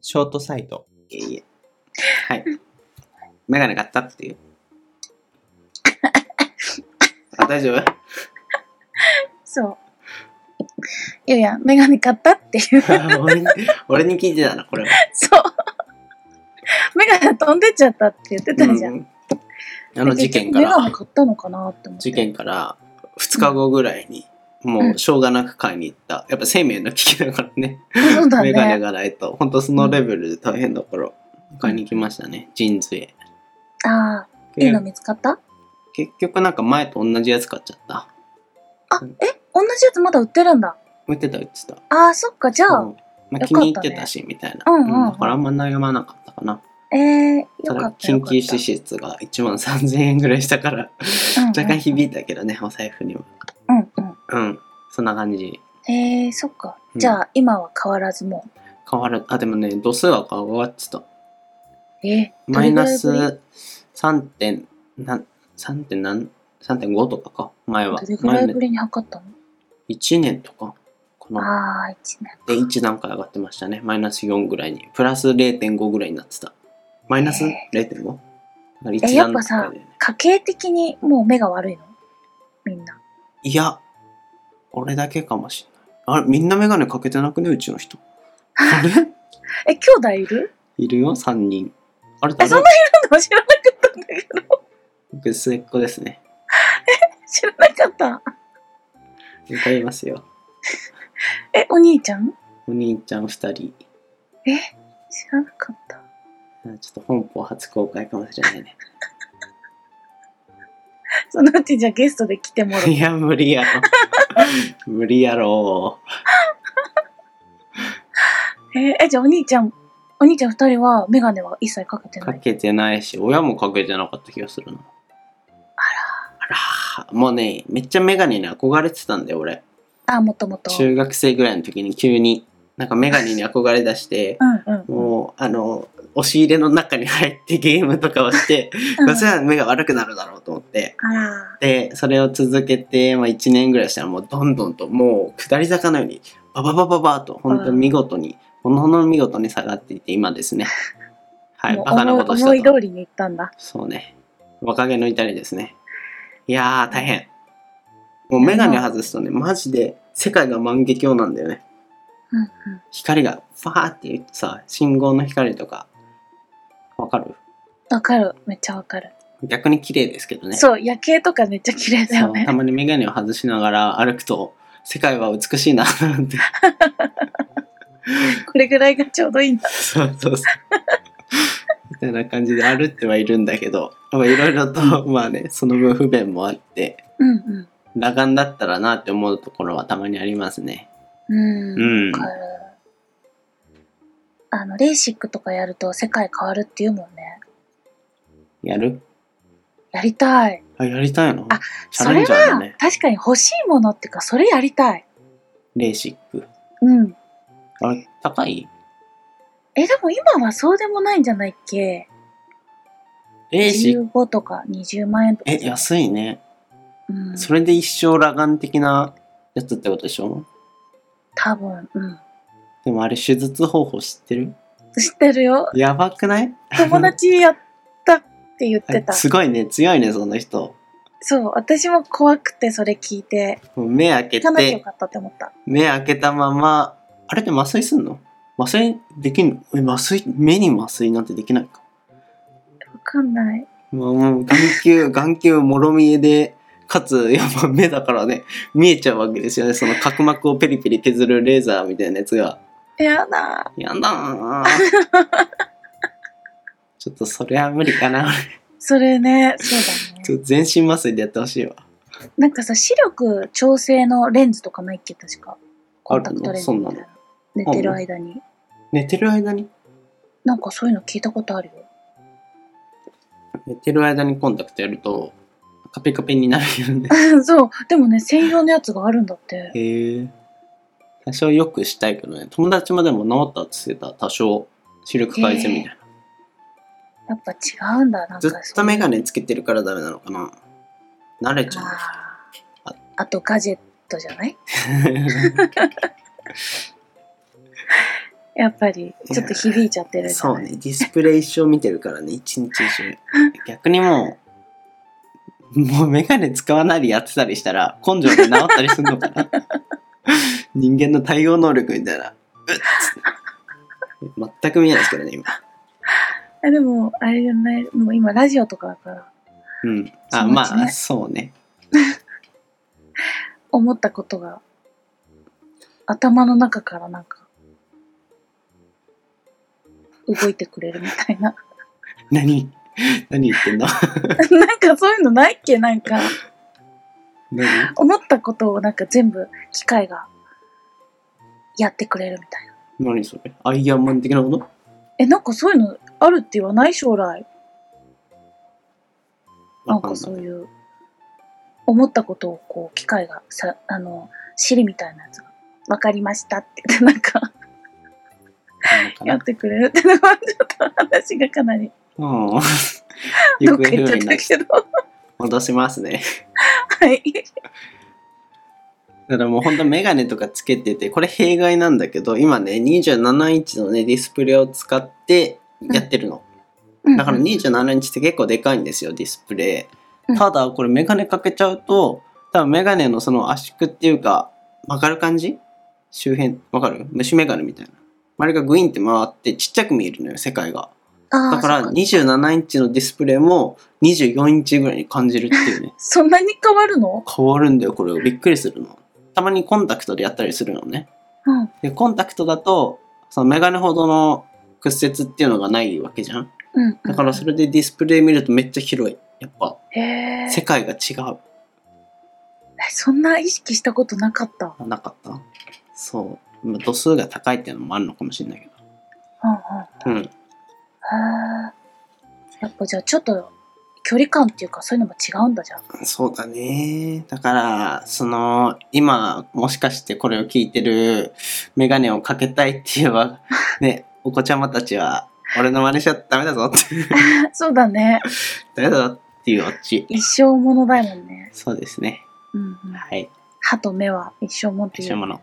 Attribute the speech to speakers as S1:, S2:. S1: ショートサイト。
S2: いえいえ。はい。メガネ買ったっていう。あ、大丈夫
S3: そう。ゆうやん、メガネ買ったっ ていう。
S2: 俺に俺に聞いてたな、これは。
S3: そう。メガネ飛んでっちゃったって言ってたじゃん。
S2: うんあの事件か
S3: メガネ
S2: ら、
S3: 買ったのかなって思って。
S2: 事件から2日後ぐらいに、もうしょうがなく買いに行った。やっぱ生命の危機だからね。
S3: そうだ
S2: メガネ
S3: ね。
S2: がないと、本当そのレベルで大変だから、買いに行きましたね、ジーンズへ。
S3: ああ、いいの見つかった
S2: 結局なんか前と同じやつ買っちゃった。
S3: 同じやつまだ売ってるんだ。
S2: 売ってた売ってた。
S3: ああ、そっか、じゃ
S2: う
S3: あ、
S2: んまあ、
S3: よかったね
S2: 気に入ってたし、みたいな。
S3: うんうんうん
S2: だからあんま悩まなかったかな。
S3: えー、
S2: た
S3: よか
S2: だ
S3: っ、たよ
S2: 緊
S3: かった。
S2: 急支出が1万3000円ぐらいしたから、
S3: うんうん
S2: 若干響いたけどね、お財布には。
S3: うんうん。
S2: うん、そんな感じ。
S3: えー、そっか。
S2: うん
S3: じゃあ、今は変わらずも
S2: 変わる。あ、でもね、度数は変わってた。
S3: う。えー、
S2: マイナ
S3: どれぐらいぶり
S2: ス3点、なん、3点なん、3.5とかか、前は
S3: どれ。ぐら
S2: 前
S3: い
S2: ね
S3: ぶりに測ったの
S2: 1年とか、この、
S3: ああ、一年。
S2: で、1段階上がってましたね。マイナス4ぐらいに。プラス0.5ぐらいになってた。マイナス 0.5?
S3: え
S2: だから1
S3: えやっ
S2: 段
S3: ぱさ
S2: 階でね。
S3: 家計的にもう目が悪いのみんな。
S2: いや、俺だけかもしれない。あれ、みんなメガネかけてなくねうちの 人。あれ
S3: え、兄弟いる
S2: いるよ、3人。あれ、誰
S3: そん知らなかったんだけど。
S2: 僕、末っ子ですね。
S3: 知らなかった。
S2: 歌いますよ。
S3: え、お兄ちゃん
S2: お兄ちゃん2人。ち
S3: え、知らなかった。
S2: ょっと本邦初公開かもしれないね。
S3: そのうちじゃあゲストで来 てもらう。
S2: いや、無理やろ。無理やろ。
S3: ええ、じゃあお兄ちゃん、お兄ちゃん二人はメガネは一切かけてな
S2: か
S3: い。
S2: けてないし、親もかけてなかった気がするな。あら。もうね、めっちゃメガネに憧れてたんだよ、俺。
S3: あ、もともと。
S2: 中学生ぐらいの時に急に、なんかメガネに憧れ出して、
S3: うんうんうん。
S2: もう、あの、押し入れの中に入ってゲームとかをして、
S3: うん
S2: まあそれは目が悪くなるだろうと思って。
S3: あら。
S2: で、それを続けて、まあ、1年ぐらいしたらもうどんどんと、もう下り坂のように、バババババーと、本当に見事に、ほのほの見事に下がっていて、今ですね。はい、
S3: もう
S2: バカなことした
S3: 思い思い
S2: と。
S3: 通りに行ったんだ。
S2: そうね。若気の至りですね。いやー、大変。もうメガネ外すとね、マジで世界が万華鏡なんだよね。
S3: うんうん。
S2: 光がファーって言ってさ信号の光とかわかる
S3: わかる。めっちゃわかる。
S2: 逆に綺麗ですけどね
S3: そう、夜景とかめっちゃ綺麗だよ
S2: そう
S3: ね
S2: た。まに眼鏡を外しながら歩くと世界は美しいななんて
S3: これぐらいがちょうどいいんだ。
S2: そうそうそうみたいな感じで歩ってはいるんだけどまあいろいろとまあねその分不便もあって
S3: うんうん。
S2: 裸眼だったらなって思うところはたまにありますね
S3: うん
S2: うん
S3: わかる。あの、レーシックとかやると世界変わるっていうもんね。
S2: やる
S3: やりたい。
S2: あやりたいの
S3: あ
S2: チャレンジャーだね
S3: それは確かに欲しいものっていうか、それやりたい。
S2: レーシック
S3: うん。
S2: あれ高い
S3: え、でも今はそうでもないんじゃないっけ
S2: レーシック
S3: ?15 とか20万円とか。
S2: え安いね
S3: うん。
S2: それで一生裸眼的なやつってことでしょ
S3: 多分、うん。
S2: でもあれ手術方法知ってる
S3: 知ってる よ。
S2: やばくない
S3: 友達やったって言ってた。
S2: すごいね強いねその人
S3: そう、私も怖くてそれ聞いて、
S2: もう目開け
S3: 行かなきゃよ
S2: て
S3: かったって思った。
S2: 目開けたままあれって麻酔すんの麻酔できんのえ麻酔目に麻酔なんてできないか
S3: わかんない。
S2: もうもう眼球 眼球もろ見えでかつやっぱ目だからね見えちゃうわけですよねその角膜をペリペリ削るレーザーみたいなやつが
S3: やだ
S2: やだなぁ ちょっとそれは無理かな
S3: それね、そうだ
S2: ちょっ
S3: ね。
S2: と全身麻酔でやってほしいわ。
S3: なんかさ、視力調整のレンズとかないっけ確か。コンタクトレンズみたいな。寝
S2: の
S3: てる間に。
S2: 寝てる間に
S3: なんかそういうの聞いたことあるよ。
S2: 寝てる間にコンタクトやると、カピカピになるよね。
S3: そう。でもね、専用のやつがあるんだって。
S2: へえ。多少よくしたいけどね。友達もでも治ったって言ってた。多少視力改善みたいな。
S3: やっぱ違うんだ。なんか
S2: ず
S3: そう
S2: っとメガネつけてるからダメなのかな。慣れちゃう。
S3: あーあとガジェットじゃないやっぱり、ちょっと響いちゃってるんじゃ
S2: そう
S3: ない
S2: ね、ディスプレイ一生見てるから ね、一日一緒逆にもう、もうメガネ使わないでやってたりしたら、根性で治ったりするのか な。人間の対応能力みたいな。うっつって全く見えないですけどね、今。
S3: えでも、あれじゃない、もう今ラジオとかだから、
S2: うん。
S3: そ
S2: あ、
S3: うですね
S2: まあ、そうね。
S3: 思ったことが、頭の中からなんか、動いてくれるみたい な。
S2: 何何言 ってんの
S3: なんかそういうのないっけなんか、
S2: 何
S3: 思ったことをなんか全部機械がやってくれるみたいな。
S2: 何それアイアンマン的なこと
S3: え、なんかそういうのあるって言わない将来。なんかそういう、思ったことをこう、機械がさ、あの、知りみたいなやつが、わかりましたって言って、 なんか、
S2: わ
S3: や
S2: かん
S3: っ
S2: ない
S3: てくれるってのは、ちょっと話がかなり、
S2: うん。
S3: ど
S2: 行
S3: っ
S2: 方
S3: か
S2: 不
S3: 行っち
S2: 明
S3: ゃっ
S2: にな
S3: た
S2: る
S3: けど。
S2: 戻しますね。
S3: はい。
S2: だからもうほんとメガネとかつけてて、これ弊害なんだけど、今ね、27インチのね、ディスプレイを使ってやってるの。だから27インチって結構でかいんですよ、ディスプレ
S3: う
S2: イ。
S3: ん
S2: ただ、これメガネかけちゃうと、多分メガネのその圧縮っていうか、曲がる感じ周辺、わかる虫メガネみたいな。あれがグインって回ってちっちゃく見えるのよ、世界が。
S3: あー
S2: だから
S3: そっ
S2: 27インチのディスプレイも24インチぐらいに感じるっていうね。
S3: そんなに変わるの
S2: 変わるんだよこれびっくりするのたまにコンタクトでやったりするのね
S3: うん。
S2: でコンタクトだとそのメガネほどの屈折っていうのがないわけじゃん
S3: うん。
S2: だからそれでディスプレイ見るとめっちゃ広いやっぱ
S3: へ
S2: 世
S3: ー
S2: 界が違う
S3: え。そんな意識したことなかった。
S2: なかったそうまあ度数が高いっていうのもあるのかもしれないけ
S3: うんう
S2: ど
S3: ん。
S2: うん
S3: へえ。やっぱじゃあちょっと距離感っていうかそういうのも違うんだじゃん。
S2: そうだねだからその今もしかしてこれを聞いてるメガネをかけたいっていう わねお子ちゃまたちは俺の真似しちゃダメだぞって
S3: そうだね。
S2: だだっていうオチ。
S3: 一生ものだもんね。
S2: そうですね。
S3: うんうん。
S2: はい。
S3: 歯と目は一生もんってい
S2: 一緒
S3: う。
S2: もの。